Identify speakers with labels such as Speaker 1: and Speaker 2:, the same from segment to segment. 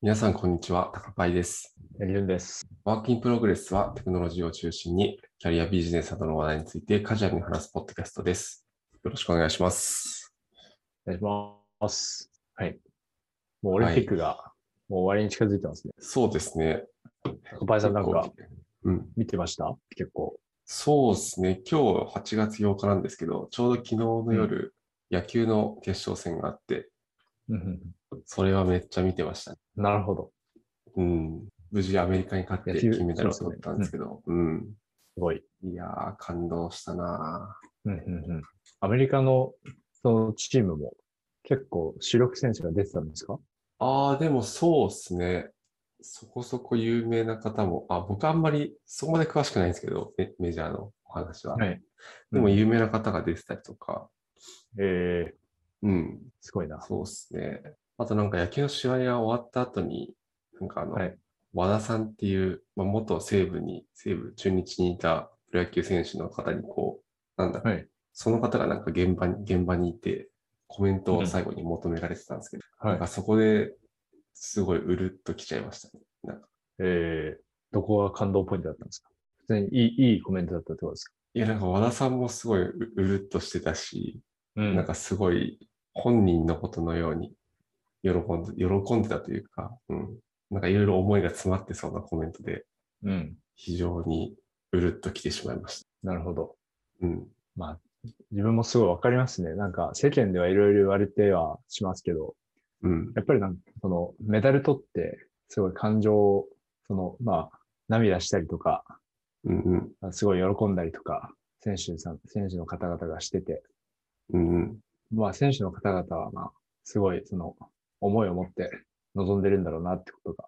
Speaker 1: 皆さん、こんにちは。タカパイです。
Speaker 2: やりるんです。
Speaker 1: ワークインプログレスはテクノロジーを中心に、キャリアビジネスなどの話題についてカジュアルに話すポッドキャストです。よろしくお願いします。
Speaker 2: お願いします。はい。もうオリンピックがもう終わりに近づいてますね。
Speaker 1: そうですね。
Speaker 2: 小林さんなんか
Speaker 1: うん。
Speaker 2: 見てました結構。
Speaker 1: そうですね。今日8月8日なんですけど、ちょうど昨日の夜、野球の決勝戦があって、それはめっちゃ見てましたね。
Speaker 2: なるほど。
Speaker 1: うん。無事アメリカに勝って
Speaker 2: 野球
Speaker 1: 金メダルを取ったんですけど、うん。
Speaker 2: すごい。
Speaker 1: いやー、感動したなぁ
Speaker 2: うんうんうんアメリカのそのチームも結構主力選手が出てたんですか
Speaker 1: ああ、でもそうですね。そこそこ有名な方も、あ、僕あんまりそこまで詳しくないんですけど、メメジャーのお話は。
Speaker 2: はい。
Speaker 1: でも
Speaker 2: うん
Speaker 1: 有名な方が出てたりとか、
Speaker 2: ええ
Speaker 1: うん、
Speaker 2: すごいな。
Speaker 1: そうですね。あとなんか野球の試合が終わった後に、なんかあの、
Speaker 2: はい
Speaker 1: 和田さんっていう、まあ、元西武に、西武中日にいたプロ野球選手の方にこう、なんだ、
Speaker 2: はい
Speaker 1: その方がなんか現場に、現場にいて、コメントを最後に求められてたんですけど、
Speaker 2: は
Speaker 1: ないんか。そこですごいうるっときちゃいましたね。
Speaker 2: ええどこが感動ポイントだったんですか普通にいいいいコメントだったってことですか
Speaker 1: いや、なんか和田さんもすごいううるっとしてたし、
Speaker 2: う
Speaker 1: なんかすごい本人のことのように喜んで、喜んでたというか、うん。なんかいろいろ思いが詰まってそうなコメントで、
Speaker 2: うん。
Speaker 1: 非常にうるっときてしまいました。
Speaker 2: なるほど。
Speaker 1: うん。
Speaker 2: 自分もすごいわかりますね。なんか世間ではいろいろ言われてはしますけど、
Speaker 1: うん。
Speaker 2: やっぱりなんか、その、メダル取って、すごい感情を、その、まあ、涙したりとか、
Speaker 1: うんうん。
Speaker 2: すごい喜んだりとか、選手さん、選手の方々がしてて、
Speaker 1: うんうん。
Speaker 2: まあ、選手の方々は、まあ、すごい、その、思いを持って望んでるんだろうなってことが、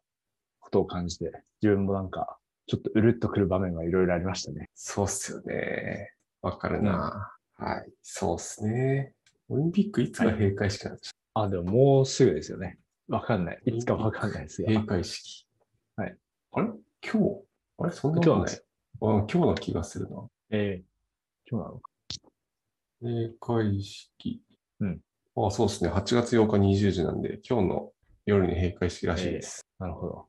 Speaker 2: ことを感じて、自分もなんか、ちょっとうるっとくる場面がいろいろありましたね。
Speaker 1: そうっすよね。わかるな、はい。そうっすね。オリンピックいつが閉会式なんですか、
Speaker 2: あ、でももうすぐですよね。わかんない。いつかわかんないですが。
Speaker 1: 閉会式。
Speaker 2: はい。
Speaker 1: あれ今日あれそんなこと
Speaker 2: 今日
Speaker 1: な
Speaker 2: で
Speaker 1: い
Speaker 2: す。
Speaker 1: あ今日の気がするな。
Speaker 2: ええ今日なのか。
Speaker 1: 閉会式。
Speaker 2: うん。
Speaker 1: あそうですね。8月8日20時なんで、今日の夜に閉会式らしいです。
Speaker 2: なるほど。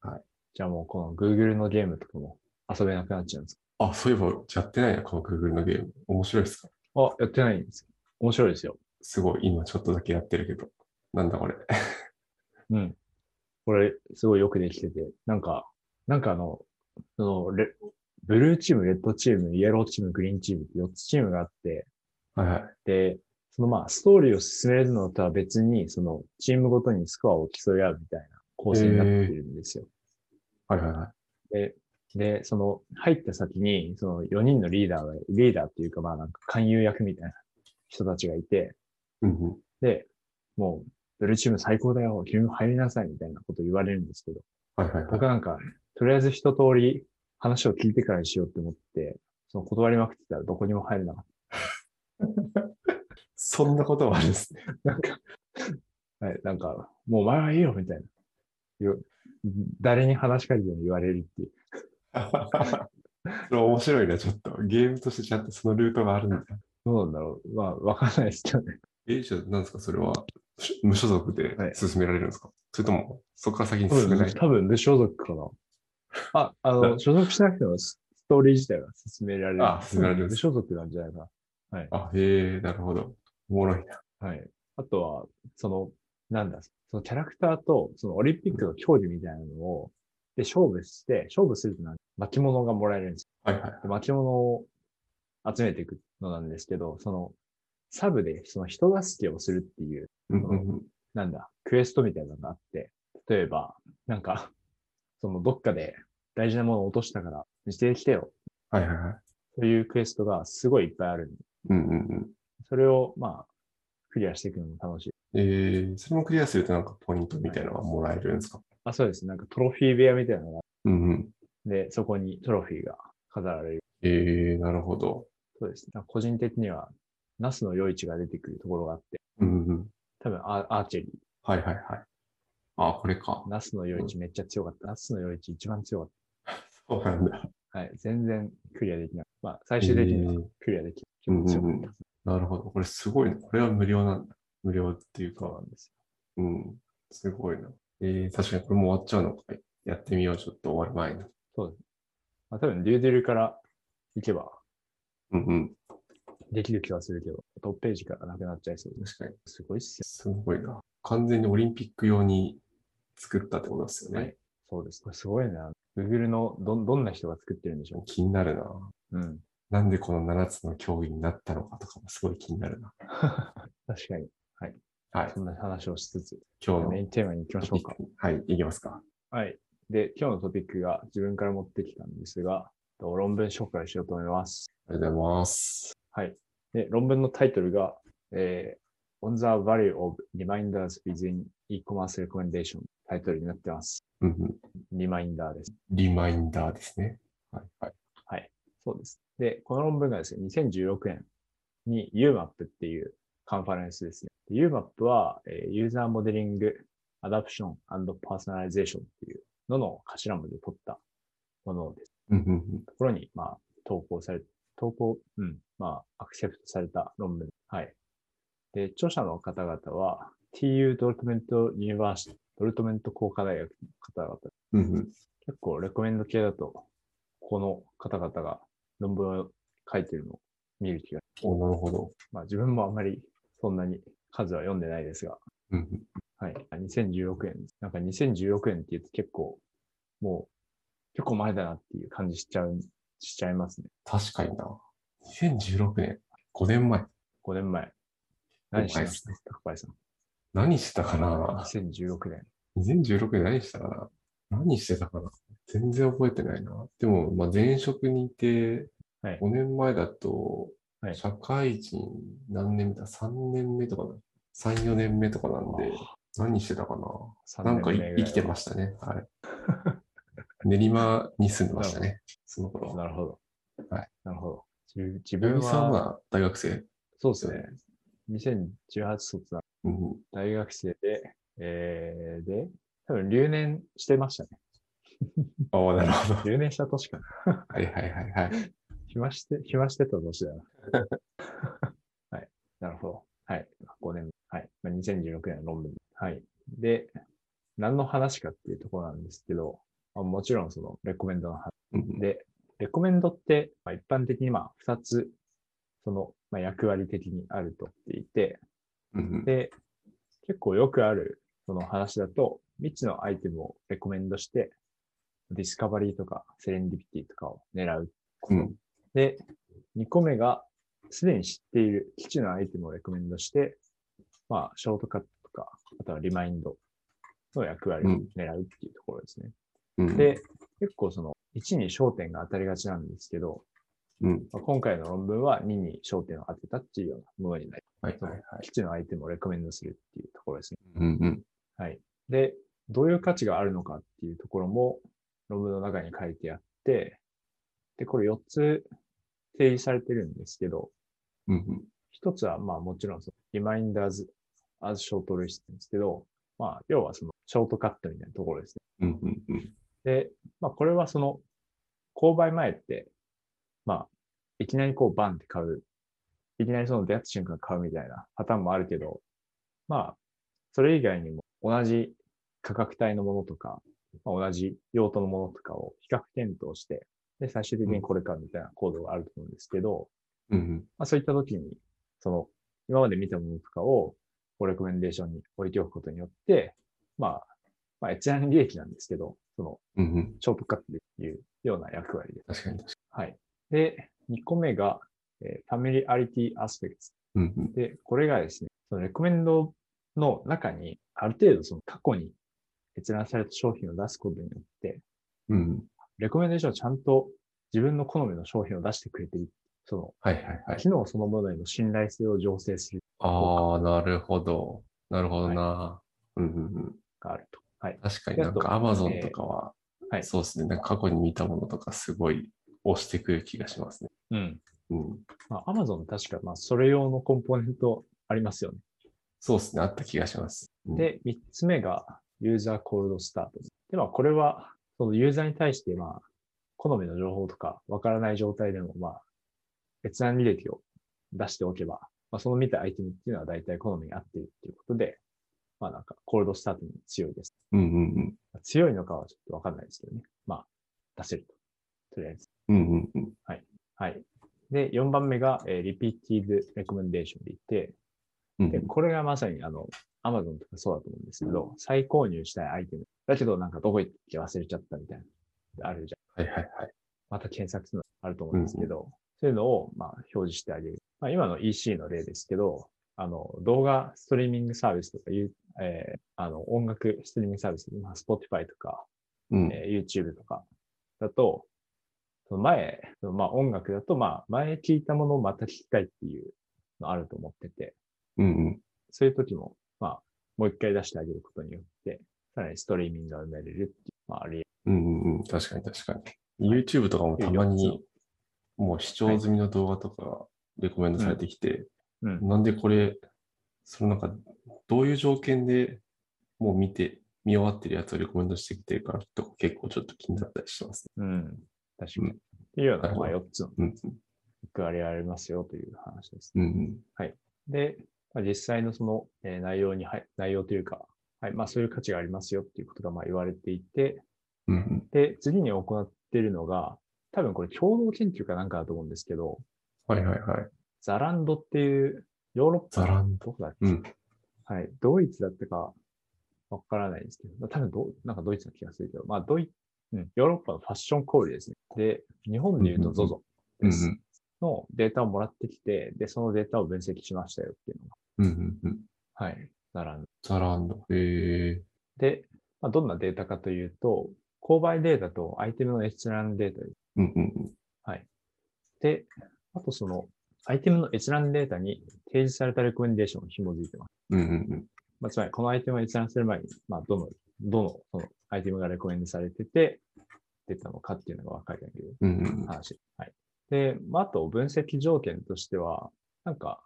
Speaker 1: はい。
Speaker 2: じゃあもう、この Google のゲームとかも遊べなくなっちゃうんです
Speaker 1: あ、そういえば、やってないな、この Google のゲーム。面白いですか
Speaker 2: あ、やってないんですよ。面白いですよ。
Speaker 1: すごい、今ちょっとだけやってるけど。なんだこれ。
Speaker 2: うん。これ、すごいよくできてて、なんか、なんかあの、そのレ、ブルーチーム、レッドチーム、イエローチーム、グリーンチームって4つチームがあって、
Speaker 1: はいはい。
Speaker 2: で、そのまあ、ストーリーを進めるのとは別に、その、チームごとにスコアを競い合うみたいな構成になってるんですよ。
Speaker 1: はいはいはい。
Speaker 2: で、その、入った先に、その4人のリーダーが、リーダーっていうかまあなんか勧誘役みたいな人たちがいて、
Speaker 1: うんうん。
Speaker 2: で、もう、ブルーチーム最高だよ、君も入りなさい、みたいなこと言われるんですけど、
Speaker 1: はいはいはい。
Speaker 2: 僕はなんか、とりあえず一通り話を聞いてからにしようって思って、その断りまくってたらどこにも入れなかっ
Speaker 1: そんなこともあるんですね。
Speaker 2: た。なんか、はい、なんか、もうお前はいいよ、みたいな。よ誰に話しかけても言われるっていう。
Speaker 1: それ面白いな、ちょっと。ゲームとしてちゃんとそのルートがあるんだ。
Speaker 2: どうなんだろう。まあ、わかんないですけどね。
Speaker 1: え、じゃあ何ですかそれは、し無所属で
Speaker 2: はい
Speaker 1: 進められるんですか、それとも、そこから先に
Speaker 2: 多
Speaker 1: 進めな
Speaker 2: 分、
Speaker 1: い
Speaker 2: 多分無所属かな。あ、あの、所属しなくてもスストーリー自体は進められる。
Speaker 1: あ進められる
Speaker 2: 無所属なんじゃないかな。
Speaker 1: あ、へえ、なるほど。おもろいな。
Speaker 2: はい。あとは、その、なんだ、そのキャラクターと、そのオリンピックの競技みたいなのを、で、勝負して、勝負するとなんか巻物がもらえるんです
Speaker 1: はいはい。
Speaker 2: よ。で巻物を集めていくのなんですけど、その、サブで、その人助けをするっていう、
Speaker 1: うんうんうん。
Speaker 2: なんだ、クエストみたいなのがあって、例えば、なんか、その、どっかで大事なものを落としたから、見せてきてよ。
Speaker 1: はいはいはい。
Speaker 2: というクエストがすごいいっぱいあるんで、
Speaker 1: うんうんうん。
Speaker 2: それを、まあ、クリアしていくのも楽しい。
Speaker 1: えー、それもクリアするとなんかポイントみたいなのがもらえるんですか、
Speaker 2: あ、そうです。なんかトロフィー部屋みたいなのが
Speaker 1: うんうん。
Speaker 2: で、そこにトロフィーが飾られる。
Speaker 1: えー、なるほど。
Speaker 2: そうですね。個人的には、ナスの夜市が出てくるところがあって、
Speaker 1: うんうん。
Speaker 2: 多分アアーチェリー、
Speaker 1: はいはいはい。あ、これか。
Speaker 2: ナスの夜市めっちゃ強かった。ナスの夜市一番強かっ
Speaker 1: そうなんだ。
Speaker 2: た。はい。全然クリアできない。まあ、最終的には
Speaker 1: えー
Speaker 2: クリアでき
Speaker 1: う
Speaker 2: な
Speaker 1: ん
Speaker 2: い。
Speaker 1: うんうん
Speaker 2: 強かった。
Speaker 1: なるほど。これすごいな。これは無料なんだ。無料っていう
Speaker 2: そう
Speaker 1: か、
Speaker 2: なんです
Speaker 1: うん。すごいな。えー、確かにこれもう終わっちゃうのかい。やってみよう、ちょっと終わる前に。
Speaker 2: まあ、多分、デューデルから行けば
Speaker 1: うんうん。
Speaker 2: できる気はするけど、トップページからなくなっちゃいそうです。
Speaker 1: 確かに。
Speaker 2: すごいっすよ。
Speaker 1: すごいな。完全にオリンピック用に作ったってことですよね。
Speaker 2: はいそうです。これすごいな。Google のどん、どんな人が作ってるんでしょ
Speaker 1: 気になるな。
Speaker 2: う。うん。
Speaker 1: なんでこの7つの競技になったのかとかもすごい気になるな。
Speaker 2: 確かに。はい。
Speaker 1: はい
Speaker 2: そんな話をしつつ、
Speaker 1: 今日の
Speaker 2: メインテーマに行きましょうか。
Speaker 1: はい、いきますか。
Speaker 2: はい。で、今日のトピックが自分から持ってきたんですが、と論文紹介しようと思います。
Speaker 1: ありがとうございます。
Speaker 2: はい。で、論文のタイトルが、えー On the Value of Reminders within E-Commerce Recommendation タイトルになってます。
Speaker 1: うんうん、
Speaker 2: リマインダーです。
Speaker 1: リマインダーですね。はい、はい。
Speaker 2: そうです。で、この論文がですね、2016年に UMAP っていうカンファレンスですね。で UMAP は、えーユーザーモデリング、アダプションパーソナリゼーションっていうのの頭文字で取ったものです。
Speaker 1: うんうんうん
Speaker 2: ところに、まあ、投稿され、投稿、うん、まあ、アクセプトされた論文。はい。で、著者の方々は、TU ドルトメントユニバーシティ、ドルトメント工科大学の方々
Speaker 1: うんうん、
Speaker 2: 結構レコメンド系だと、この方々が論文を書いてるのを見る気が。
Speaker 1: おなるほど。
Speaker 2: まあ自分もあんまりそんなに数は読んでないですが、
Speaker 1: うんうん、
Speaker 2: はい。2016年。なんか2016年って言うと結構、もう、結構前だなっていう感じしちゃう、しちゃいますね。
Speaker 1: 確かにな。2016年、5年前。
Speaker 2: 5年前。何してました高橋さん。
Speaker 1: 何してたかな
Speaker 2: 2016年。
Speaker 1: 2016年何したかな何してたかな全然覚えてないな。でも、まあ、前職にいて、
Speaker 2: はい
Speaker 1: 5年前だと
Speaker 2: は、い
Speaker 1: 社会人何年目だ ?3 年目とかな ?3、4年目とかなんで、何してたか
Speaker 2: 3
Speaker 1: ななんかい
Speaker 2: 年目ぐらい
Speaker 1: 生きてましたね。 はい。練馬に住んでましたね。その頃。
Speaker 2: なるほど。
Speaker 1: はい。
Speaker 2: なるほど。じゅ自
Speaker 1: 矢
Speaker 2: 分
Speaker 1: 部さん
Speaker 2: は、
Speaker 1: は大学生
Speaker 2: そうですね。2018卒なんで
Speaker 1: うんうん。
Speaker 2: 大学生で、えー、で、多分留年してましたね。
Speaker 1: ああ、なるほど。
Speaker 2: 留年した年かな。
Speaker 1: はいはいはいはい。
Speaker 2: 暇して、暇してた 年だな。はい。なるほど。はい。5年。はい。まあ、2016年の論文。はい。で、何の話かっていうところなんですけど、まあ、もちろんその、レコメンドの話。
Speaker 1: うんうん
Speaker 2: で、レコメンドって、まあ、一般的にまあ、2つ、その、まあ、役割的にあると言っていて、
Speaker 1: うんうん
Speaker 2: で、結構よくあるその話だと、未知のアイテムをレコメンドして、ディスカバリーとかセレンディピティとかを狙うこ
Speaker 1: う
Speaker 2: と。
Speaker 1: ん
Speaker 2: で、2個目が、すでに知っている基地のアイテムをレコメンドして、まあ、ショートカットとか、あとはリマインドの役割を狙うっていうところですね。
Speaker 1: うん。
Speaker 2: で、結構その1に焦点が当たりがちなんですけど、
Speaker 1: うん。
Speaker 2: まあ、今回の論文は2に焦点を当てたっていうようなものになり
Speaker 1: はいはいはい。
Speaker 2: 基地のアイテムをレコメンドするっていうところですね。
Speaker 1: うんうん。
Speaker 2: はい。で、どういう価値があるのかっていうところも論文の中に書いてあって、で、これ4つ定義されてるんですけど、
Speaker 1: うんうん。
Speaker 2: 1つはまあもちろんその reminders as short list ですけど、まあ要はそのショートカットみたいなところです
Speaker 1: うんうんうん。
Speaker 2: ね。で、まあこれはその購買前って、まあいきなりこうバンって買う、いきなりその出会った瞬間買うみたいなパターンもあるけど、まあそれ以外にも同じ価格帯のものとか、まあ同じ用途のものとかを比較検討して、で、最終的にこれかみたいな行動があると思うんですけど、
Speaker 1: うんうん。
Speaker 2: まあ、そういった時に、その、今まで見たものとかを、こうレコメンデーションに置いておくことによって、まあ、まあ、閲覧利益なんですけど、その、
Speaker 1: うんうん。
Speaker 2: ショートカットでいうような役割です。
Speaker 1: 確かに確か
Speaker 2: はい。で、2個目が、えーファミリアリティアスペクト
Speaker 1: に。うんうん。
Speaker 2: で、これがですね、そのレコメンドの中に、ある程度その過去に閲覧された商品を出すことによって、
Speaker 1: うん。
Speaker 2: レコメンデーションをちゃんと自分の好みの商品を出してくれている。その、
Speaker 1: はいはいはい。
Speaker 2: 機能そのものへの信頼性を醸成する。
Speaker 1: ああ、なるほど。なるほどな。うんうんうん。
Speaker 2: があると。はい。
Speaker 1: 確かに
Speaker 2: であ
Speaker 1: なん
Speaker 2: と
Speaker 1: か Amazon とかは、
Speaker 2: えーはい
Speaker 1: そうですね。なんか過去に見たものとかすごい押してくる気がしますね。
Speaker 2: うん。
Speaker 1: うん。
Speaker 2: まあ、Amazon 確か、まあ、それ用のコンポーネントありますよね。
Speaker 1: そうですね。あった気がします。うん、
Speaker 2: で、3つ目が、ユーザーコールドスタート。で、まあ、これは、そのユーザーに対して、まあ、好みの情報とか、わからない状態でも、まあ、閲覧履歴を出しておけば、まあ、その見たアイテムっていうのは大体好みに合っているっていうことで、まあなんか、コールドスタートに強いです。
Speaker 1: うんうん
Speaker 2: 強いのかはちょっとわかんないですけどね。まあ、出せると。とりあえず。
Speaker 1: うん。うんうんうん。
Speaker 2: はい。で、4番目が、えー、repeated recommendation でいて、
Speaker 1: うん
Speaker 2: で、これがまさにあの、Amazon とかそうだと思うんですけど、再購入したいアイテム。だけどなんかどこ行って忘れちゃったみたいな、あるじゃん。
Speaker 1: はいはいはい。
Speaker 2: また検索するのあると思うんですけど、そういうのを、まあ、表示してあげる。まあ、今の EC の例ですけど、あの、動画ストリーミングサービスとかいう、えーあの、音楽ストリーミングサービス、まあ、Spotify とか、
Speaker 1: うん。
Speaker 2: えー YouTube とかだと、その前、そのまあ音楽だと、まあ前聞いたものをまた聞きたいっていうのあると思ってて、
Speaker 1: うんうん。
Speaker 2: そういう時も、まあもう一回出してあげることによって、さらにストリーミングが生まれるっていう、まああり
Speaker 1: うんうんうん。確かに確かに。YouTube とかもたまに、もう視聴済みの動画とかがレコメンドされてきて、
Speaker 2: うん
Speaker 1: なんでこれ、そのなんか、どういう条件でもう見て、見終わってるやつをレコメンドしてきてるから、とか結構ちょっと気になったりしてますね。
Speaker 2: うん、確かに。
Speaker 1: うん
Speaker 2: っていうような、まあ
Speaker 1: なる
Speaker 2: 4つの
Speaker 1: うん
Speaker 2: 役割がありますよという話です。
Speaker 1: うん。うん
Speaker 2: で、まあ、実際のその、えー内容に入、内容というか、はい、まあそういう価値がありますよっていうことがまあ言われていて、
Speaker 1: うん。うん
Speaker 2: で、次に行ってるのが、多分これ共同研究かなんかだと思うんですけど、
Speaker 1: うん。はいはいはい。
Speaker 2: ザランドっていうヨーロッパ
Speaker 1: ザラン
Speaker 2: どこだっけ、
Speaker 1: うん
Speaker 2: はい。ドイツだったかわからないですけど、まあ多分ど、なんかドイツの気がするけど、まあドイ、うん、ヨーロッパのファッション小売ですね。で、日本で言うと
Speaker 1: うんうん
Speaker 2: ZOZO
Speaker 1: うん
Speaker 2: です。のデータをもらってきて、で、そのデータを分析しましたよっていうの
Speaker 1: うん。うんうんうん。
Speaker 2: が、はい。ザランド。
Speaker 1: ザランド。へえ。
Speaker 2: で、まあ、どんなデータかというと、購買データとアイテムの閲覧データです
Speaker 1: うんうんうん。
Speaker 2: で、あとその、アイテムの閲覧データに提示されたレコメンデーションを紐づいてます。
Speaker 1: うんうん
Speaker 2: まあ、つまり、このアイテムを閲覧する前に、まあ、どの、どの、そのアイテムがレコメンドされてて、出たのかっていうのが分かるよう
Speaker 1: うん。うんうん
Speaker 2: な話。はい。で、まあ、あと、分析条件としては、なんか、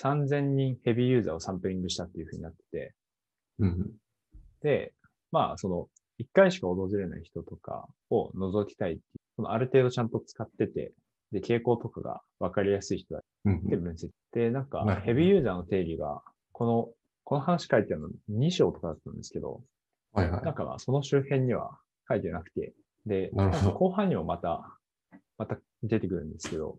Speaker 2: 3000人ヘビーユーザーをサンプリングしたっていうふうになってて、
Speaker 1: うんうん。
Speaker 2: で、まあ、その、一回しか訪れない人とかを除きたいっていう、そのある程度ちゃんと使ってて、で、傾向とかが分かりやすい人だ
Speaker 1: うん
Speaker 2: で分析。で、なん
Speaker 1: なる
Speaker 2: か
Speaker 1: ほ、ど
Speaker 2: ヘビーユーザーの定義が、この、この話書いてあるの2章とかだったんですけど、
Speaker 1: はいは
Speaker 2: ないん。かまあその周辺には書いてなくて、で、
Speaker 1: なるほど
Speaker 2: んか後半にもまた、また出てくるんですけど、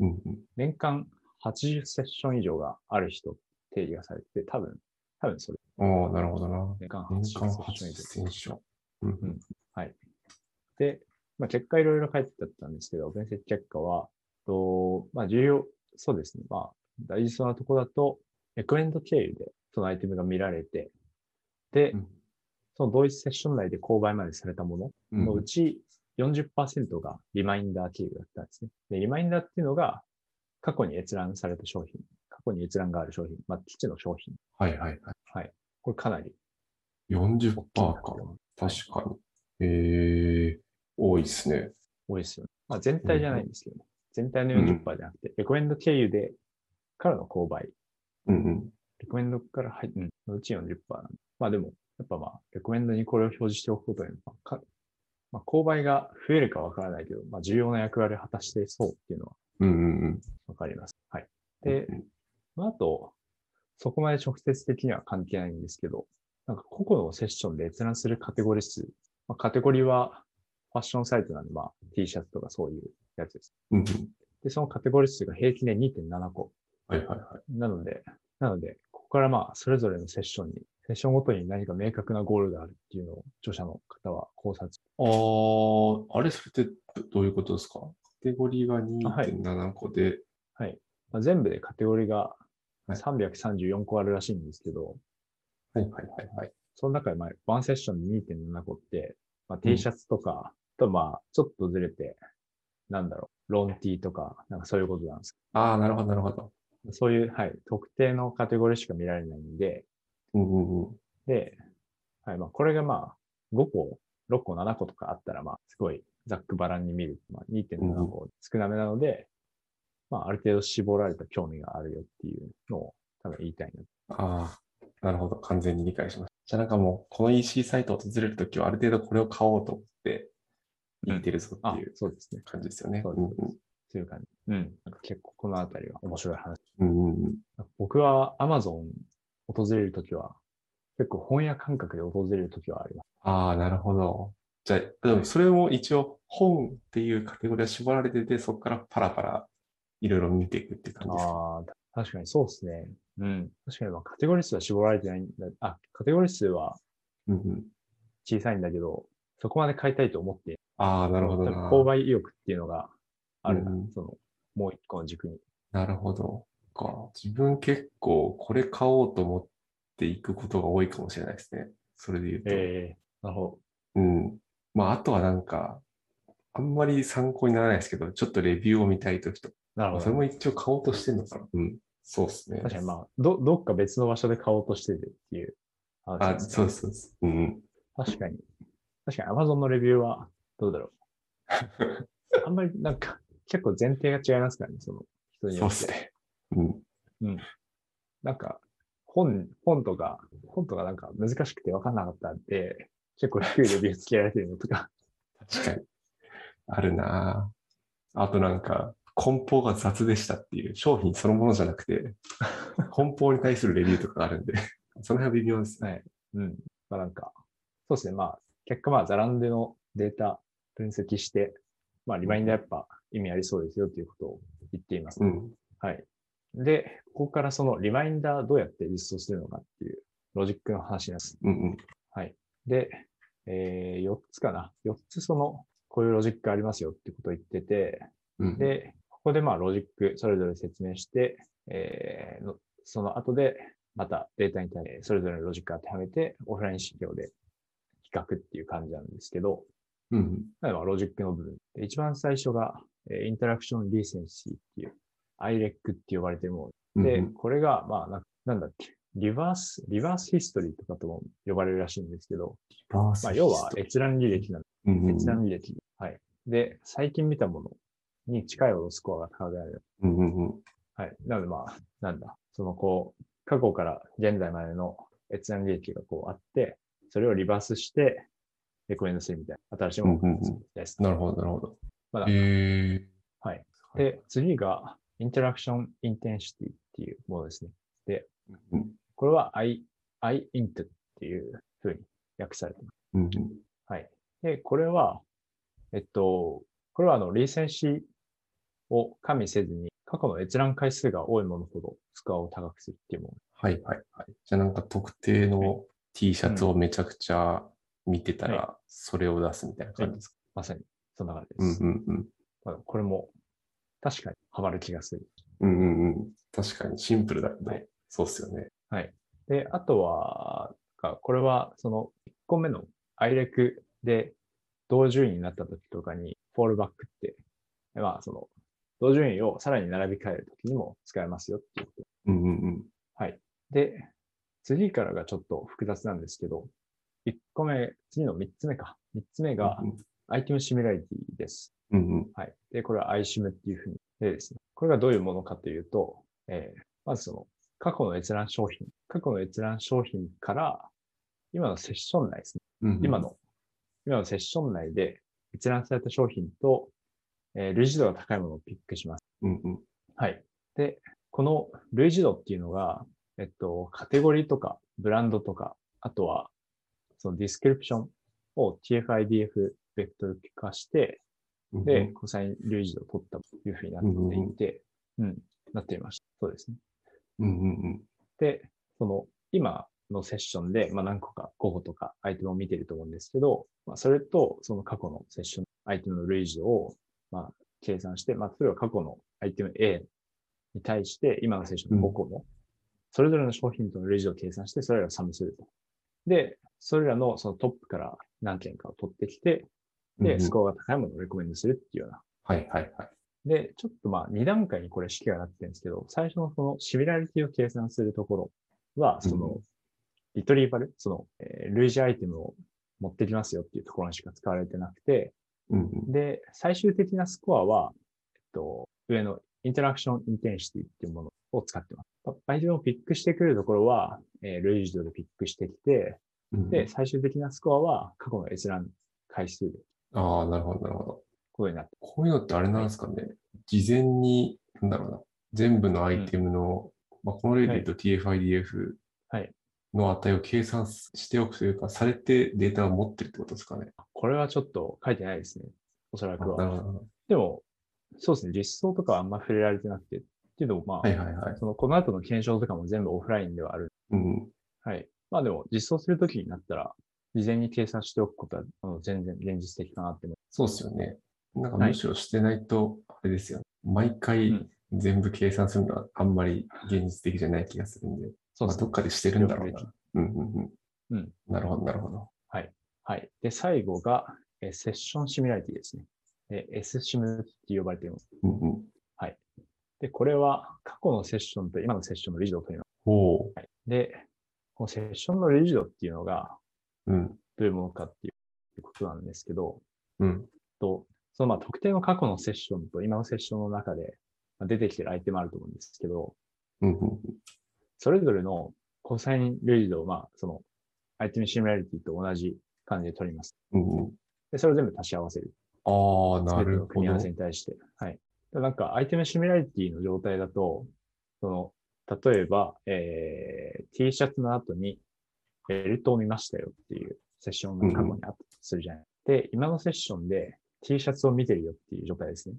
Speaker 1: うんうん
Speaker 2: 年間80セッション以上がある人定義がされてて、多分、多分それ、
Speaker 1: ああ、なるほどな。
Speaker 2: 年間80
Speaker 1: 年
Speaker 2: セ
Speaker 1: 間
Speaker 2: ッション
Speaker 1: 8
Speaker 2: 以上。
Speaker 1: 選手。うんうん
Speaker 2: で、まあ、結果いろいろ書いてあったんですけど、分析結果は、とまあ、重要、そうですね。まあ、大事そうなとこだと、レコメンド経由でそのアイテムが見られて、で、
Speaker 1: うん
Speaker 2: その同一セッション内で購買までされたも
Speaker 1: う
Speaker 2: の
Speaker 1: ん
Speaker 2: のうち40%がリマインダー経由だったんですね。で、リマインダーっていうのが、過去に閲覧された商品、過去に閲覧がある商品、まあ、基地の商品。
Speaker 1: はいはいは
Speaker 2: これかなり
Speaker 1: い。40%
Speaker 2: 大きいな
Speaker 1: か。
Speaker 2: と
Speaker 1: 確かに。へえ、多いですね。
Speaker 2: 多いですよね。まあ、全体じゃないんですけどね。全体の40%じゃなくて、レコメンド経由で、からの購買。
Speaker 1: うんうん。
Speaker 2: レコメンドから入うん、のうち40%なんで。まあでも、やっぱまあ、レコメンドにこれを表示しておくことによって、まあかまあ、購買が増えるかわからないけど、まあ、重要な役割を果たしてそうっていうのは
Speaker 1: うんうんうん。
Speaker 2: わかります。はい。
Speaker 1: うん
Speaker 2: で、まあ、あと、そこまで直接的には関係ないんですけど、なんか個々のセッションで閲覧するカテゴリー数。まあ、カテゴリーはファッションサイトなんで、まあ、T シャツとかそういうやつです。
Speaker 1: うんうん。
Speaker 2: で、そのカテゴリー数が平均で2.7個。
Speaker 1: はいはいはい。
Speaker 2: なので、なので、ここからまあ、それぞれのセッションに、セッションごとに何か明確なゴールがあるっていうのを著者の方は考察。
Speaker 1: ああ、あれ、それってどどういうことですかカテゴリーが2.7個で、
Speaker 2: まあ、全部でカテゴリーが
Speaker 1: はい
Speaker 2: 334個あるらしいんですけど、
Speaker 1: はいはいはいはい。
Speaker 2: その中でまあ、ワンセッションで2.7個って、まあ、T シャツとか、とまあ、ちょっとずれて、なんだろう、ロン T とか、なんかそういうことなんです
Speaker 1: ああ、なるほどなるほど。
Speaker 2: けどそういう、はい、特定のカテゴリーしか見られないんで、
Speaker 1: うんうんうん。
Speaker 2: で、はい、まあ、これがまあ、5個、6個、7個とかあったら、まあ、すごいざっくばらんに見る。まあ、2.7個少なめなので、まあ、ある程度絞られた興味があるよっていうのを多分言いたいな。
Speaker 1: ああ、なるほど。完全に理解しました。じゃあなんかもう、この EC サイトを訪れるときは、ある程度これを買おうと思って、行ってるぞっ
Speaker 2: あ
Speaker 1: ていう、
Speaker 2: そうですね。
Speaker 1: 感じですよね。
Speaker 2: そう
Speaker 1: う
Speaker 2: で
Speaker 1: ん
Speaker 2: すそういう感じ。うん。なんか結構このあたりは面白い話。
Speaker 1: うんうんうん
Speaker 2: 僕は Amazon 訪れるときは、結構本屋感覚で訪れる時はあります。
Speaker 1: ああ、なるほど。じゃあ、でもそれも一応本っていうカテゴリーは絞られてて、そこからパラパラいろいろ見ていくって感じですか。
Speaker 2: ああ、確かにそうですね。うん。確かにまあカテゴリー数は絞られてないんだ。あ、カテゴリー数は
Speaker 1: うんうん、
Speaker 2: 小さいんだけど、そこまで買いたいと思ってい
Speaker 1: ああ、なるほどな
Speaker 2: 多分。購買意欲っていうのがあるな、
Speaker 1: うん
Speaker 2: その、もう一個の軸に。
Speaker 1: なるほど。か自分結構これ買おうと思っていくことが多いかもしれないですね。それで言うと。
Speaker 2: ええなるほ
Speaker 1: うん。まあ、あとはなんか、あんまり参考にならないですけど、ちょっとレビューを見たいときとか、
Speaker 2: ど。なるほど。
Speaker 1: それも一応買おうとしてるのかな。うん。そうですね。
Speaker 2: 確かにまあ、ど、どっか別の場所で買おうとしてるっていう話
Speaker 1: あ、
Speaker 2: ですね
Speaker 1: そうです、そうです。うんうん。
Speaker 2: 確かに。確かに Amazon のレビューはどうだろ う。あんまりなんか、結構前提が違いますからね、その人に
Speaker 1: そ
Speaker 2: よ
Speaker 1: う
Speaker 2: っ
Speaker 1: で
Speaker 2: て。
Speaker 1: すね。うん。
Speaker 2: なんか、本、本とか、本とかなんか難しくて分かんなかったんで、結構低いレビューつけられてるのとか。
Speaker 1: 確かに。 あるなぁあとなんか、梱包が雑でしたっていう、商品そのものじゃなく て、梱包に対するレビューとかがあるんで、 その辺は微妙ですね。
Speaker 2: うん。まあなんか、そうですね。まあ、結果まあ、ザランデのデータ分析して、まあ、リマインダーやっぱ意味ありそうですよということを言っています。
Speaker 1: うん。
Speaker 2: はい。で、ここからそのリマインダーどうやって実装するのかっていうロジックの話です。
Speaker 1: うんうん。
Speaker 2: で、えー、4つかな。4つその、こういうロジックありますよってことを言ってて、
Speaker 1: うん、
Speaker 2: で、ここでまあロジックそれぞれ説明して、えーのその後でまたデータに対してそれぞれのロジック当てはめてオフライン資料で比較っていう感じなんですけど、
Speaker 1: うんうん。
Speaker 2: まあロジックの部分。で一番最初が、えーインタラクションリーセンシーっていう IREC って呼ばれてるも
Speaker 1: う
Speaker 2: の。
Speaker 1: ん
Speaker 2: で、
Speaker 1: うん
Speaker 2: これがまあななんだっけ、リバース、リバースヒストリーとかとも呼ばれるらしいんですけど、まあ要は、閲覧履歴なん
Speaker 1: うんうん
Speaker 2: 閲覧履歴。はい。で、最近見たものに近いほどスコアが高くなる。
Speaker 1: うんうんうん。
Speaker 2: はい。なのでまあ、なんだ。そのこう、過去から現在までの閲覧履歴がこうあって、それをリバースして、レコメンドするみたいな、新しいものを作るみたいです。
Speaker 1: なるほど、なるほど。
Speaker 2: まだ
Speaker 1: へえ
Speaker 2: はい。で、次が、インタラクションインテンシティっていうものですね。
Speaker 1: うん
Speaker 2: これは I、I int っていうふうに訳されてます
Speaker 1: うん
Speaker 2: はい。で、これは、えっと、これはあの、リーセンシーを加味せずに、過去の閲覧回数が多いものほどスコアを高くするっていうも
Speaker 1: はいはいはい。じゃあなんか特定の T シャツをめちゃくちゃ見てたら、それを出すみたいな感じですか。
Speaker 2: の、まさにそんな感じで
Speaker 1: うん
Speaker 2: す。
Speaker 1: うんうん。
Speaker 2: まあこれも、確かにハマる気がする。
Speaker 1: うんうんうん。確かにシンプルだけど、
Speaker 2: は
Speaker 1: そうっすよね。
Speaker 2: で、あとは、かこれは、その、1個目の IREC で同順位になった時とかに、フォールバックって、まあ、その、同順位をさらに並び替える時にも使えますよっていうこと
Speaker 1: うんうんうん。
Speaker 2: で、次からがちょっと複雑なんですけど、1個目、次の3つ目か。3つ目が、アイテムシミュラリティです。
Speaker 1: うんうん。
Speaker 2: はい。で、これは iSIM っていうふうに。でですね、これがどういうものかというと、えーまずその、過去の閲覧商品、過去の閲覧商品から、今のセッション内ですね。
Speaker 1: うんうん
Speaker 2: 今。の、今のセッション内で閲覧された商品と、えー類似度が高いものをピックします。
Speaker 1: うんうん。
Speaker 2: はい。で、この類似度っていうのが、えっと、カテゴリーとか、ブランドとか、あとは、そのディスクリプションを TFIDF ベクトル化して、
Speaker 1: うんうん
Speaker 2: で、、コサイン類似度を取ったというふうになっていて、うん、なっていました。そうですね。
Speaker 1: うんうんうん。
Speaker 2: で、その、今のセッションで、まあ、何個か5個とかアイテムを見てると思うんですけど、まあ、それと、その過去のセッション、アイテムの類似度を、まあ、計算して、まあ、例えば過去のアイテム A に対して、今のセッションの5個の、それぞれの商品との類似度を計算して、それらをサムすると。で、それらのそのトップから何件かを取ってきて、
Speaker 1: うんう
Speaker 2: で、
Speaker 1: ん
Speaker 2: スコアが高いものをレコメンドするっていうような
Speaker 1: はいはいはい。
Speaker 2: で、ちょっとまあ2段階にこれ式がなってるんですけど、最初のそのシミュラリティを計算するところは、その、リトリーバル、その、えー類似アイテムを持ってきますよっていうところにしか使われてなくて、
Speaker 1: うんうん。
Speaker 2: で、最終的なスコアは、えっと、上のインタラクションインテンシティっていうものを使ってます。ばアイテムをピックしてくるところは、えー類似度でピックしてきて、
Speaker 1: うんうん
Speaker 2: で、、最終的なスコアは過去の閲覧回数で、
Speaker 1: ああ、なるほどなるほど。
Speaker 2: ことになって
Speaker 1: こういうのってあれなんですかね。事前に、なんだろうな。全部のアイテムの、まあ、この例で言うと TFIDF
Speaker 2: はい
Speaker 1: の値を計算しておくというか、されてデータを持ってるってことですかね。
Speaker 2: これはちょっと書いてないですね。おそら
Speaker 1: あ
Speaker 2: く
Speaker 1: な
Speaker 2: は。
Speaker 1: るほど。
Speaker 2: でも、そうですね。実装とかはあんま触れられてなくて。っていうのも、まあ、
Speaker 1: はいはいはい。
Speaker 2: そのこの後の検証とかも全部オフラインではある。
Speaker 1: うん。
Speaker 2: はい。まあでも、実装するときになったら、事前に計算しておくことは、あの全然現実的かなって思
Speaker 1: そうですよね。なんか
Speaker 2: はい
Speaker 1: むしろしてないと、あれですよ、ね毎
Speaker 2: う
Speaker 1: 回
Speaker 2: ん
Speaker 1: 全部計算するのはあんまり現実的じゃない気がするんで、
Speaker 2: そう
Speaker 1: まあ、
Speaker 2: ですね
Speaker 1: どっかでしてるんだろうな。うんうんうん。
Speaker 2: うん
Speaker 1: なるほど、なるほど。
Speaker 2: はい。で、最後が、えーセッションシミュラリティですね。えー S シムって呼ばれています。
Speaker 1: うんうん、
Speaker 2: で、これは過去のセッションと今のセッションの理事を取りま
Speaker 1: おお、
Speaker 2: す。で、このセッションの理事度っていうのが
Speaker 1: うん、
Speaker 2: どういうものかっていうことなんですけど、
Speaker 1: うん、
Speaker 2: と、そのまあ特定の過去のセッションと今のセッションの中でまあ出てきてるアイテムあると思うんですけど、
Speaker 1: うん、うん
Speaker 2: それぞれのコサインレジドを、まあ、その、アイテムシミュラリティと同じ感じで取ります。
Speaker 1: うんうん。
Speaker 2: で、それを全部足し合わせる。
Speaker 1: ああ、な
Speaker 2: 全て
Speaker 1: る
Speaker 2: の組
Speaker 1: ほど
Speaker 2: み合わ。せに対して。はい。でなんか、アイテムシミュラリティの状態だと、その、例えば、えー、T シャツの後に、ベルトを見ましたよっていうセッションが過去にあったとするじゃない。で、今のセッションで T シャツを見てるよっていう状態ですね。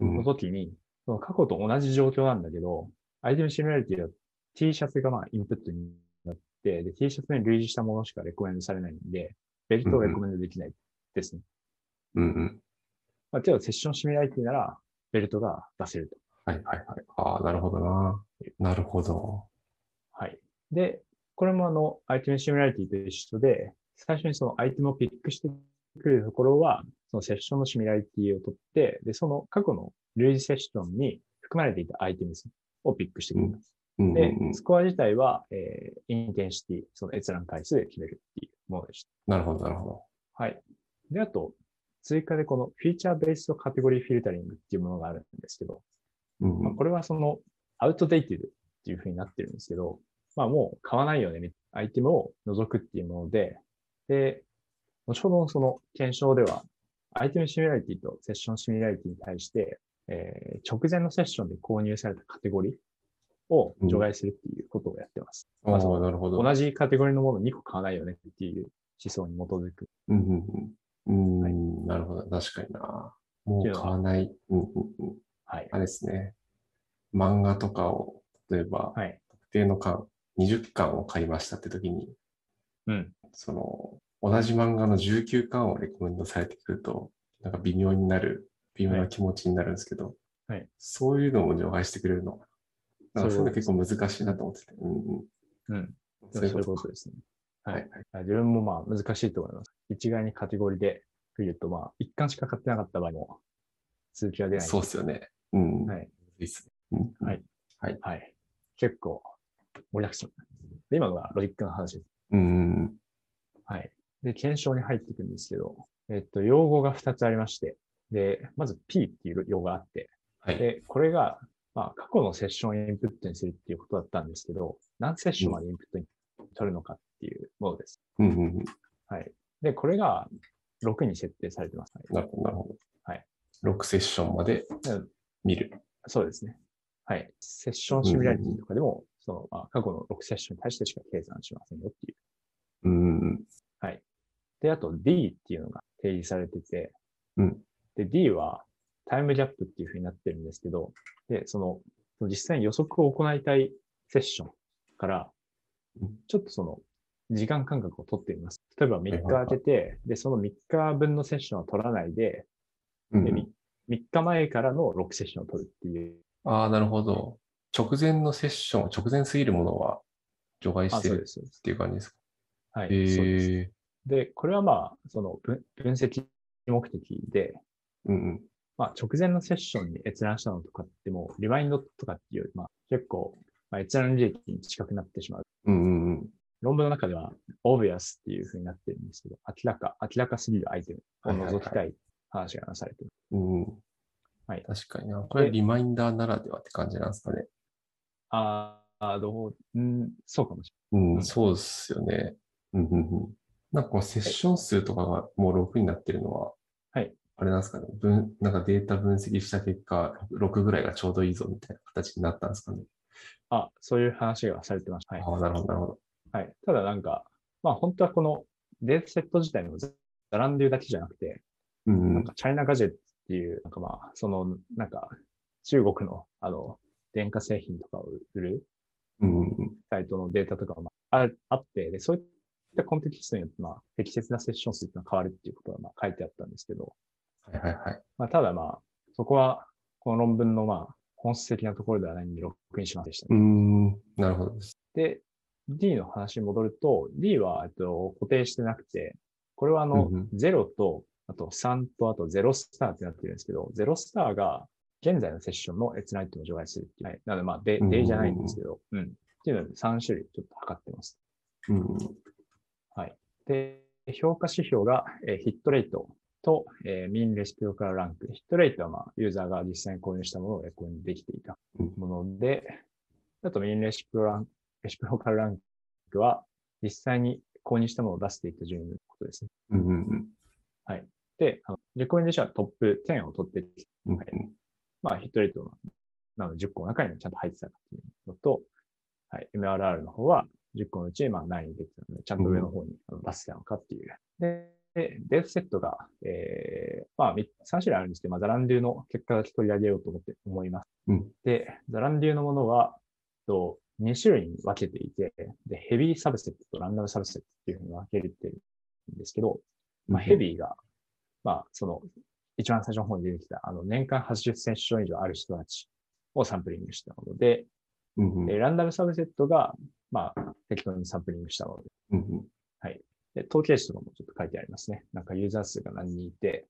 Speaker 1: うん
Speaker 2: の時に、その過去と同じ状況なんだけど、アイテムシミュラリティは T シャツがまあインプットになって、で、T シャツに類似したものしかレコメンドされないんで、ベルトをレコメンドできないですね。
Speaker 1: うんうん。
Speaker 2: まあ、例えばセッションシミュラリティなら、ベルトが出せると。
Speaker 1: はいはいはい。ああ、なるほどな。なるほど。
Speaker 2: はい。で、これもあの、アイテムシミュラリティと一緒で、最初にそのアイテムをピックしてくるところは、そのセッションのシミュラリティを取って、で、その過去の類似セッションに含まれていたアイテムですねをピックしてくる。
Speaker 1: うんうんう
Speaker 2: で
Speaker 1: ん、、
Speaker 2: スコア自体は、えーインテンシティ、その閲覧回数で決めるっていうものでし
Speaker 1: なるほど、なるほど。
Speaker 2: た。はい。で、あと、追加でこのフィーチャーベースとカテゴリーフィルタリングっていうものがあるんですけど、
Speaker 1: うんう
Speaker 2: まあ、
Speaker 1: ん
Speaker 2: これはそのアウトデイティブっていうふうになってるんですけど、まあもう買わないよね、みアイテムを除くっていうもので、で、後ほどのその検証では、アイテムシミュラリティとセッションシミュラリティに対して、えー直前のセッションで購入されたカテゴリーを除外するっていうことをやってます。
Speaker 1: あ
Speaker 2: まあそ
Speaker 1: あ、なるほど。
Speaker 2: 同じカテゴリーのもの2個買わないよねっていう思想に基づく。
Speaker 1: うんうんうん。うん、なるほど。確かにな。もう買わない。うんうんうん。
Speaker 2: はい
Speaker 1: あ。れですね。漫画とかを、例えば、
Speaker 2: はい。
Speaker 1: 特定の巻、20巻を買いましたって時に、
Speaker 2: うん。
Speaker 1: その、同じ漫画の19巻をレコメンドされてくると、なんか微妙になる、微妙な気持ちになるんですけど、
Speaker 2: はい
Speaker 1: そういうのも除外してくれるのかな。なんかそういうの結構難しいなと思ってて。うん
Speaker 2: うん。
Speaker 1: うん、
Speaker 2: そういうことですね。
Speaker 1: か。はい。
Speaker 2: あ自分もまあ難しいと思います。一概にカテゴリーで言うと、まあ、一貫しか買ってなかった場合も、通知が出ない。
Speaker 1: そうですよね。うん。
Speaker 2: はい。
Speaker 1: いいっすね。うん
Speaker 2: はいはい。結構、盛りだくさん。で、今のがロジックの話です。
Speaker 1: うんうん。
Speaker 2: はい。で、検証に入っていくんですけど、えっと、用語が2つありまして、で、まず P っていう用語があって、
Speaker 1: はい。
Speaker 2: で、これが、まあ、過去のセッションをインプットにするっていうことだったんですけど、何セッションまでインプットに取るのかっていうものです。
Speaker 1: うんうんうん。
Speaker 2: はい。で、これが6に設定されてます。はい
Speaker 1: なるほど、なるほど。
Speaker 2: はい。
Speaker 1: 6セッションまで
Speaker 2: うん
Speaker 1: 見る。
Speaker 2: そうですね。はい。セッションシミュラリティとかでも、その、まあ、過去の6セッションに対してしか計算しませんよってい
Speaker 1: う
Speaker 2: う。
Speaker 1: んうん
Speaker 2: で、あと D っていうのが提示されてて、
Speaker 1: うん
Speaker 2: で、D はタイムギャップっていうふうになってるんですけど、で、その、その実際に予測を行いたいセッションから
Speaker 1: うん、
Speaker 2: ちょっとその、時間間隔を取ってみます。例えば3日
Speaker 1: はいはいは
Speaker 2: 空
Speaker 1: い
Speaker 2: けて、で、その3日分のセッションを取らないで、
Speaker 1: うん
Speaker 2: で
Speaker 1: うん
Speaker 2: 3, 日前からの6セッションを取るっていう。
Speaker 1: ああ、なるほど。直前のセッション、直前すぎるものは除外
Speaker 2: あ、
Speaker 1: して
Speaker 2: そう
Speaker 1: る
Speaker 2: です、そうです
Speaker 1: っ。ていう感じですか。
Speaker 2: はい、
Speaker 1: へ
Speaker 2: そうです。
Speaker 1: え。
Speaker 2: で、これはまあ、その分分析目的で、
Speaker 1: うんうん。
Speaker 2: まあ、直前のセッションに閲覧したのとかってもう、リマインドとかっていうより、まあ、結構、まあ、閲覧履歴に近くなってしまう。
Speaker 1: うんうんうん。
Speaker 2: 論文の中では、obvious っていう風になってるんですけど、明らか、明らかすぎるアイテムを除きたい話がなされてる。
Speaker 1: うんうん。
Speaker 2: はい
Speaker 1: 確かにな。これ
Speaker 2: で
Speaker 1: リマインダーならではって感じなんですかね。
Speaker 2: ああ、どう、んそうかもし
Speaker 1: うん、
Speaker 2: うん
Speaker 1: そうですよね。うんうんうん。なんかこうセッション数とかがもう6になってるのは、
Speaker 2: はい。
Speaker 1: あれなんですかね。分、なんかデータ分析した結果、6ぐらいがちょうどいいぞみたいな形になったんですかね。
Speaker 2: れない。あそういう話がされてました。はい。
Speaker 1: ああ、なるほど、なるほど。
Speaker 2: はい。ただなんか、まあ本当はこのデータセット自体もザランデューだけじゃなくて、
Speaker 1: うん。
Speaker 2: なんかチャイナガジェットっていう、なんかまあ、その、なんか中国のあの、電化製品とかを売る
Speaker 1: うん。
Speaker 2: サイトのデータとかもああって、で、そういったコンテキストによって、まあ、適切なセッション数っていうのは変わるっていうことがまあ書いてあったんですけど、
Speaker 1: はいはいはい。
Speaker 2: まあ、ただまあ、そこは、この論文のまあ、本質的なところではないんで、ロックインしませんでした
Speaker 1: う
Speaker 2: ね、
Speaker 1: ん。なるほどです。
Speaker 2: で、D の話に戻ると、D は、えっと、固定してなくて、これはあの
Speaker 1: うんうん、
Speaker 2: 0と、あと3と、あと0スターってなってるんですけど、0スターが現在のセッションの閲覧っていうのを除外するっていう。はい。なのでまあ、デ
Speaker 1: うんうんうん
Speaker 2: デイじゃないんですけど、うん。っていうので3種類ちょっと測ってます。
Speaker 1: うん。
Speaker 2: で、評価指標が、えーヒットレートと、えーミンレシピロカルランク。ヒットレートは、まあ、ユーザーが実際に購入したものをレコメンドできていた
Speaker 1: うん
Speaker 2: もので、あとミンレシピロランレシピロカルランクは、実際に購入したものを出していった順位のことですね。
Speaker 1: うんうん
Speaker 2: で、あのレコメンデーションはトップ10を取ってきて、
Speaker 1: うん。うん
Speaker 2: まあ、ヒットレートのなので10個の中にちゃんと入ってたっていうのと、はい、MRR の方は10個のうち、まあ、何位できたので、ちゃんと上の方にあの出せたのかっていう。で、でデータセットが、えー、まあ、み3種類あるんですけど、まあ、ザランデューの結果だけ取り上げようと思って思います。
Speaker 1: うん
Speaker 2: で、ザランデューのものは、と2種類に分けていて、で、ヘビーサブセットとランダムサブセットっていうふうに分けれてるんですけど、まあ、ヘビーが、まあ、その、一番最初の方に出てきた、あの、年間80セッション以上ある人たちをサンプリングしたもので、
Speaker 1: うんうん
Speaker 2: えーランダムサブセットが、まあ、適当にサンプリングしたも
Speaker 1: う
Speaker 2: の
Speaker 1: んうん
Speaker 2: で、で統計値とかもちょっと書いてありますね。なんかユーザー数が何人いて、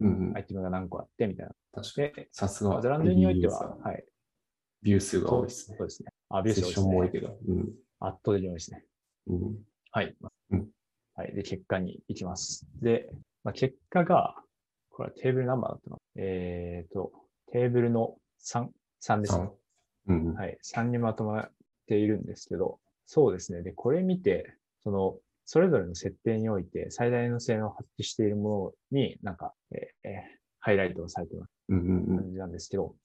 Speaker 1: うんうん
Speaker 2: アイテムが何個あって、みたいな。
Speaker 1: 確かに。
Speaker 2: で、
Speaker 1: さす
Speaker 2: まあ
Speaker 1: が。
Speaker 2: ザランドにおいては、
Speaker 1: ビ
Speaker 2: はい。
Speaker 1: ュー数が多いですね。
Speaker 2: そうですね。アビ
Speaker 1: セ
Speaker 2: ュ
Speaker 1: ッ
Speaker 2: ース
Speaker 1: ションも多いけ
Speaker 2: ど。
Speaker 1: ど。うん。
Speaker 2: 圧倒的に多いですね。
Speaker 1: うん。
Speaker 2: はい。
Speaker 1: うん
Speaker 2: はい。で、結果に行きます。で、まあ、結果が、これはテーブルナンバーだったのえっ、と、テーブルの3、3ですね。
Speaker 1: 三うんうん。
Speaker 2: はい。3にまとまっているんですけど、そうですね。で、これ見て、その、それぞれの設定において最大の性能を発揮しているものに、なんか、えーえーハイライトをされてます
Speaker 1: うんうんうん。
Speaker 2: 感じなんですけど、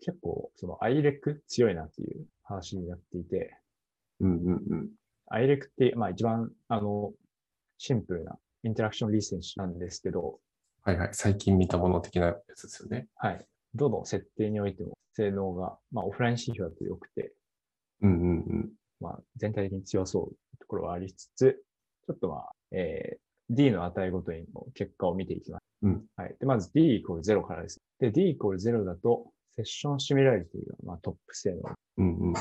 Speaker 2: 結構、その IREC 強いなっていう話になっていて、
Speaker 1: うんうんうん。
Speaker 2: IREC って、まあ一番、あの、シンプルなインタラクションリセンシなんですけど、
Speaker 1: はいはい。最近見たもの的なやつですよね。
Speaker 2: はい。どの設定においても性能が、まあオフライン指標だと良くて、
Speaker 1: うんうんうん。
Speaker 2: まあ全体的に強そうところはありつつ、ちょっとまあ、えー D の値ごとにの結果を見ていきます。
Speaker 1: うん
Speaker 2: はい。で、まず D イコール0からです。で、D イコール0だと、セッションシミュラリティが、まあ、トップ性能
Speaker 1: うんうんうん。
Speaker 2: は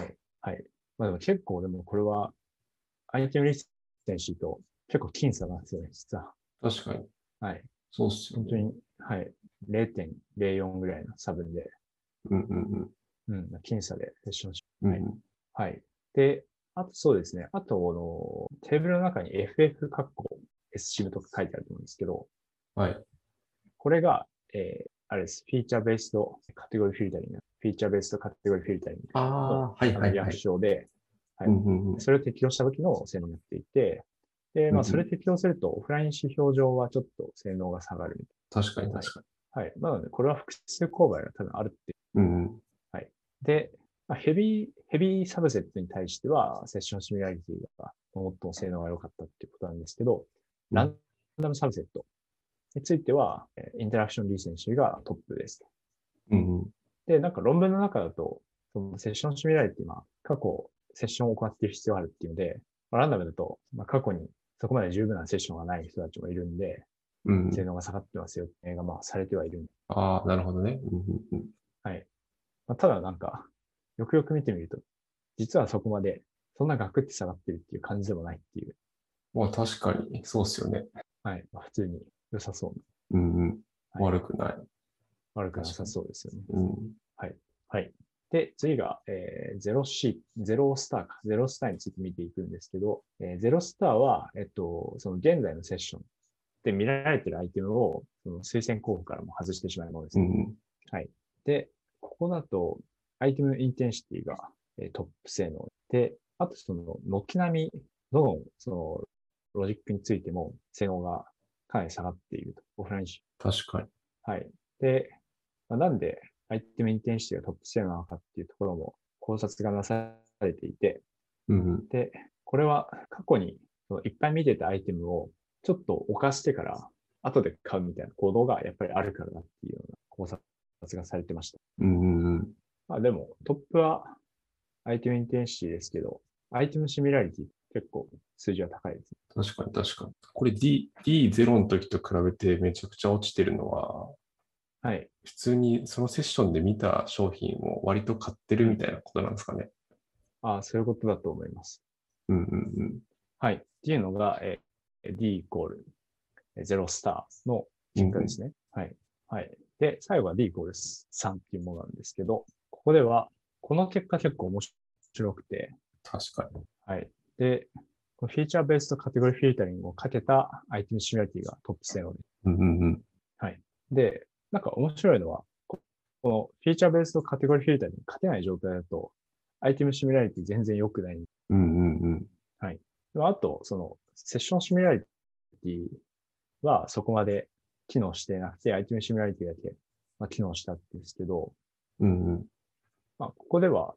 Speaker 2: い。はい。まあでも結構、でもこれは、アイテムリステンシーと結構僅差なんですよね、実は。
Speaker 1: 確かに。
Speaker 2: はい。
Speaker 1: そうっすよ
Speaker 2: 本当
Speaker 1: ね。
Speaker 2: に、はい。0.04ぐらいの差分で、
Speaker 1: うんうん
Speaker 2: うん、僅差でセッションし
Speaker 1: うん。
Speaker 2: はいはい。で、あとそうですね。あと、あの、テーブルの中に FF 括弧 S シムとか書いてあると思うんですけど、
Speaker 1: はい。
Speaker 2: これが、えー、あれです。フィーチャーベースとカテゴリーフィルタリング。フィーチャーベースとカテゴリーフィルタリング
Speaker 1: ああ、はい
Speaker 2: の
Speaker 1: はいは
Speaker 2: 略
Speaker 1: い。
Speaker 2: 称で、はい
Speaker 1: うんうんうん。
Speaker 2: それを適用した時の性能になっていて、で、
Speaker 1: うん
Speaker 2: まあ、それ適用すると、オフライン指標上はちょっと性能が下がるみ
Speaker 1: 確かに確か
Speaker 2: たい。はい。なので、これは複数勾配が多分あるってい
Speaker 1: に。うんうん。
Speaker 2: う。で、まあ、ヘビー、ヘビーサブセットに対しては、セッションシミュラリティが最も性能が良かったっていうことなんですけど、ランダムサブセットについては、えーインタラクションリーセンシーがトップです。
Speaker 1: うんうん。
Speaker 2: で、なんか論文の中だと、そのセッションシミュラリティ、まあ、過去、セッションを行っている必要があるっていうので、まあランダムだと、まあ、過去にそこまで十分なセッションがない人たちもいるんで、
Speaker 1: うんうん
Speaker 2: 性能が下がってますよっていうのが、まあ、されてはいるんで。
Speaker 1: ああ、なるほどね。うんうんうん。
Speaker 2: まあ、ただなんか、よくよく見てみると、実はそこまで、そんなガクって下がってるっていう感じでもないっていう、
Speaker 1: まあ確かに、そうっすよね。
Speaker 2: はい、まあ、普通に良さそう
Speaker 1: うんうん。
Speaker 2: はい
Speaker 1: 悪くない。
Speaker 2: な、悪くなさそうですよね。
Speaker 1: うん。
Speaker 2: はい。で、次が、えー、0C、0スターか、0スターについて見ていくんですけど、えー、0スターは、えっと、その現在のセッションで見られてるアイテムを、その推薦候補からも外してしまうものです
Speaker 1: う
Speaker 2: ね、
Speaker 1: んうん。
Speaker 2: で、ここだと、アイテムのインテンシティが、えートップ性能で、あとその、軒並みの、その、ロジックについても、性能がかなり下がっていると。オフライン
Speaker 1: 確かに。
Speaker 2: はい。で、まあ、なんで、アイテムインテンシティがトップ性能なのかっていうところも考察がなされていて、
Speaker 1: うんうん。
Speaker 2: で、これは過去にそのいっぱい見てたアイテムをちょっと犯してから後で買うみたいな行動がやっぱりあるからだっていうような考察がされてました。
Speaker 1: うんうん
Speaker 2: まあでもトップはアイテムインテンシティですけど、アイテムシミュラリティ結構数字は高いですね。
Speaker 1: 確かに確かに。これ D、D0 の時と比べてめちゃくちゃ落ちてるのは、
Speaker 2: はい。
Speaker 1: 普通にそのセッションで見た商品を割と買ってるみたいなことなんですかね。
Speaker 2: ああ、そういうことだと思います。
Speaker 1: うんうんうん。
Speaker 2: はい。っていうのが、えー D イコールえー0スターの金額ですね。はい。はい。で、最後は D イコール3っていうものなんですけど、ここでは、この結果結構面白くて、
Speaker 1: 確かに。
Speaker 2: はい。で、このフィーチャーベースとカテゴリーフィルタリングをかけたアイテムシミュラリティがトップ性を
Speaker 1: うんうんうん。
Speaker 2: で、なんか面白いのは、ここのフィーチャーベースとカテゴリーフィルターに勝てない状態だと、アイテムシミュラリティ全然良くない。
Speaker 1: うんうんうん。
Speaker 2: でもあと、その、セッションシミュラリティはそこまで機能してなくて、アイテムシミュラリティだけ、まあ、機能したんですけど、
Speaker 1: うんうん。
Speaker 2: まあ、ここでは、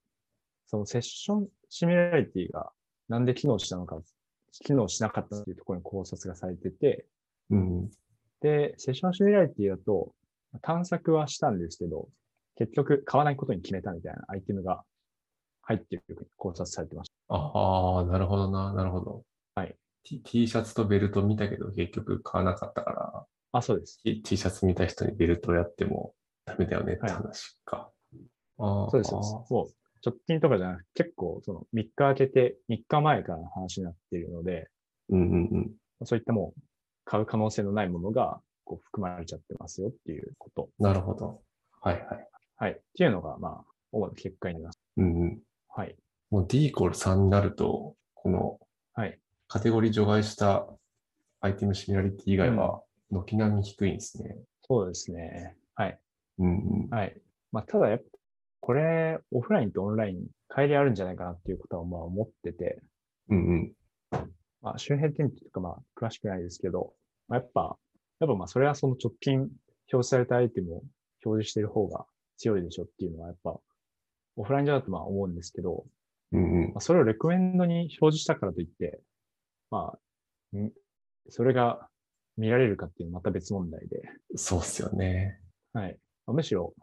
Speaker 2: そのセッションシミュラリティがなんで機能したのか、機能しなかったっていうところに考察がされてて、
Speaker 1: うんうん。
Speaker 2: で、セッションシミュラリティだと、探索はしたんですけど、結局買わないことに決めたみたいなアイテムが入ってるように考察されてまし
Speaker 1: ああ、なるほどな、なるほど。
Speaker 2: はい。
Speaker 1: T, T シャツとベルト見たけど、結局買わなかったから、
Speaker 2: た。あ、そうです。
Speaker 1: T, T シャツ見た人にベルトやってもダメだよねって話か。ああ、
Speaker 2: そうです。そうですもう、直近とかじゃなくて、結構、その、3日空けて、3日前からの話になっているので、
Speaker 1: うんうんうん。
Speaker 2: そういったもう、買う可能性のないものが、こう、含まれちゃってますよっていうこと。
Speaker 1: なるほど。はいはい。
Speaker 2: はい。っていうのが、まあ、主な結果になります。
Speaker 1: うんうん。
Speaker 2: はい。
Speaker 1: もう D イコール3になると、この
Speaker 2: はい。
Speaker 1: カテゴリー除外したアイテムシミュラリティ以外は、軒並み低いんですね。
Speaker 2: そうですね。はい。
Speaker 1: うんうん。
Speaker 2: はい。まあ、ただやっぱ、これ、オフラインとオンライン、乖離あるんじゃないかなっていうことは、まあ、思ってて、
Speaker 1: うんうん。
Speaker 2: まあ、周辺天気とか、まあ、詳しくないですけど、まあ、やっぱ、やっぱまあ、それはその直近表示されたアイテムを表示している方が強いでしょっていうのは、やっぱ、オフライン上だとまあ思うんですけど、
Speaker 1: うんうん
Speaker 2: まあ、。それをレコメンドに表示したからといって、まあ、んそれが見られるかっていうのはまた別問題で、
Speaker 1: そうっすよね。
Speaker 2: はい。まあむしろ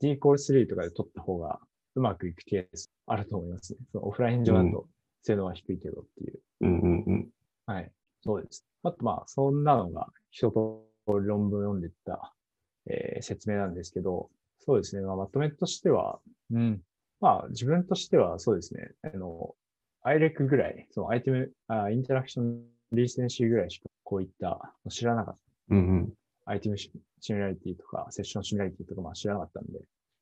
Speaker 2: D イコール3とかで取った方がうまくいくケースあると思いますね。そのオフライン上だと性能は低いけどっていう。
Speaker 1: うんうんうん。
Speaker 2: はい。そうです。あとまあ、そんなのが一通り論文読んでった、えー説明なんですけど、そうですね。まあ、まとめとしては、うん。まあ、自分としてはそうですね。あの、IREC ぐらい、そのアイテム、あインタラクションリーセンシーぐらいしかこういった知らなかった。
Speaker 1: うんうん。
Speaker 2: アイテムシシミュラリティとか、セッションシミュラリティとか、まあ知らなかったんで、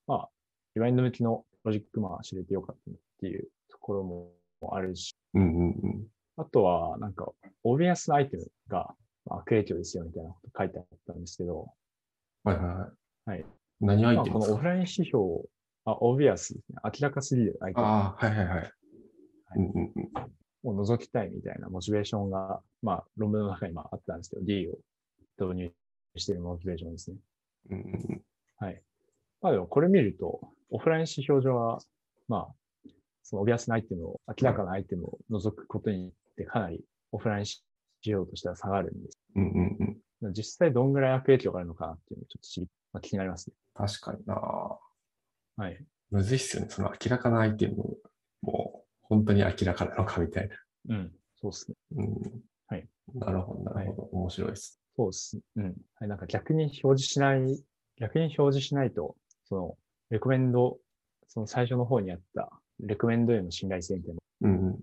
Speaker 2: まあ、リバインド向きのロジック、まあ知れてよかったなっていうところもあるし、
Speaker 1: うんうんうん。
Speaker 2: あとは、なんか、オビアスアイテムが、まあ、クリエイティブですよみたいなこと書いてあったんですけど、
Speaker 1: はいはいはい。
Speaker 2: はい。
Speaker 1: 何アイ
Speaker 2: まあ、
Speaker 1: テ
Speaker 2: こ
Speaker 1: ムです
Speaker 2: のオ
Speaker 1: か
Speaker 2: フライン指標を、あ、オビアス、明らかすぎるアイテム
Speaker 1: ああ、はいはいはい。うんうんうん。
Speaker 2: を除きたいみたいなモチベーションが、まあ、論文の中にまああったんですけど、D を導入しているモチベーションですね。
Speaker 1: うんうんうん
Speaker 2: まあでもこれ見ると、オフライン指標上は、まあ、そのオビアスなアイテムを、明らかなアイテムを除くことによってかなりオフライン指標としては下がるんです。
Speaker 1: うんうんうん。
Speaker 2: 実際どんぐらい悪影響があるのかなっていうのをちょっと知り、まあ、気になりますね。
Speaker 1: 確かにな。
Speaker 2: はい。
Speaker 1: むずいっすよね。その明らかなアイテムも、本当に明らかなのかみたいな。
Speaker 2: うん。そうですね。
Speaker 1: うん。
Speaker 2: はい。
Speaker 1: なるほど、なるほど。面白いです。
Speaker 2: そうです。うん。はい、なんか逆に表示しない、逆に表示しないと、その、レコメンド、その最初の方にあった、レコメンドへの信頼性みたいな
Speaker 1: うんうん。
Speaker 2: の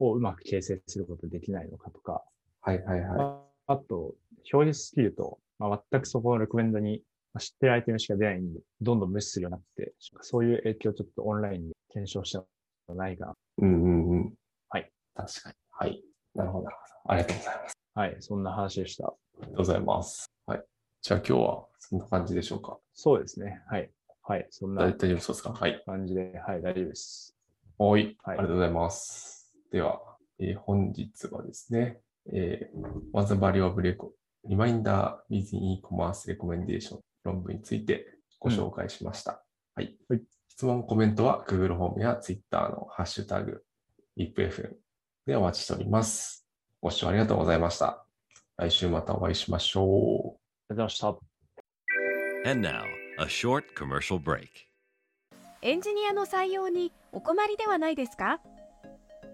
Speaker 2: をうまく形成することできないのかとか、
Speaker 1: はいはいはい。
Speaker 2: ああと、表示スキルと、まあ、全くそこのレコメンドに、まあ知ってるアイテムしか出ないんで、どんどん無視するようになって、そういう影響をちょっとオンラインで検証したのないかな。
Speaker 1: うんうんうん。
Speaker 2: はい。
Speaker 1: 確かに。はい。なるほど、なるほど。ありがとうございます。
Speaker 2: はい、そんな話でした。
Speaker 1: ありがとうございます。はい。じゃあ今日はそんな感じでしょうか。
Speaker 2: そうですね。はい。はい、そん
Speaker 1: 大
Speaker 2: な
Speaker 1: 大丈夫そうですかはい。
Speaker 2: 感じで、はい、大丈夫です。
Speaker 1: はい。あ
Speaker 2: はい
Speaker 1: りがとうございます。では、えー本日はですね、えー、What's the value of reco- reminder within e-commerce recommendation 論文についてご紹介しました。はい、
Speaker 2: はい
Speaker 1: 質問、コメントは Google ホームや Twitter のハッシュタグ、IPFM、ではお待ちしております。ご視聴ありがとうございました。来週またお会いしましょう。
Speaker 2: ありがとうございました。
Speaker 3: And now, a short commercial break.
Speaker 4: エンジニアの採用にお困りではないですか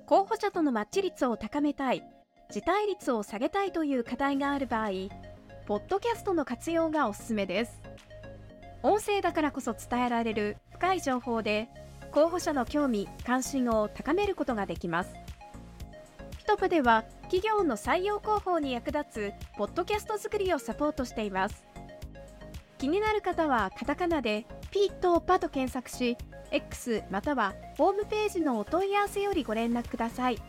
Speaker 4: 候補者とのマッチ率を高めたい、辞退率を下げたいという課題がある場合、ポッドキャストの活用がおすすめです。音声だからこそ伝えられる深い情報で、候補者の興味・関心を高めることができます。ピトプでは、企業の採用広報に役立つポッドキャスト作りをサポートしています。気になる方はカタカナでピートパと検索し、X またはホームページのお問い合わせよりご連絡ください。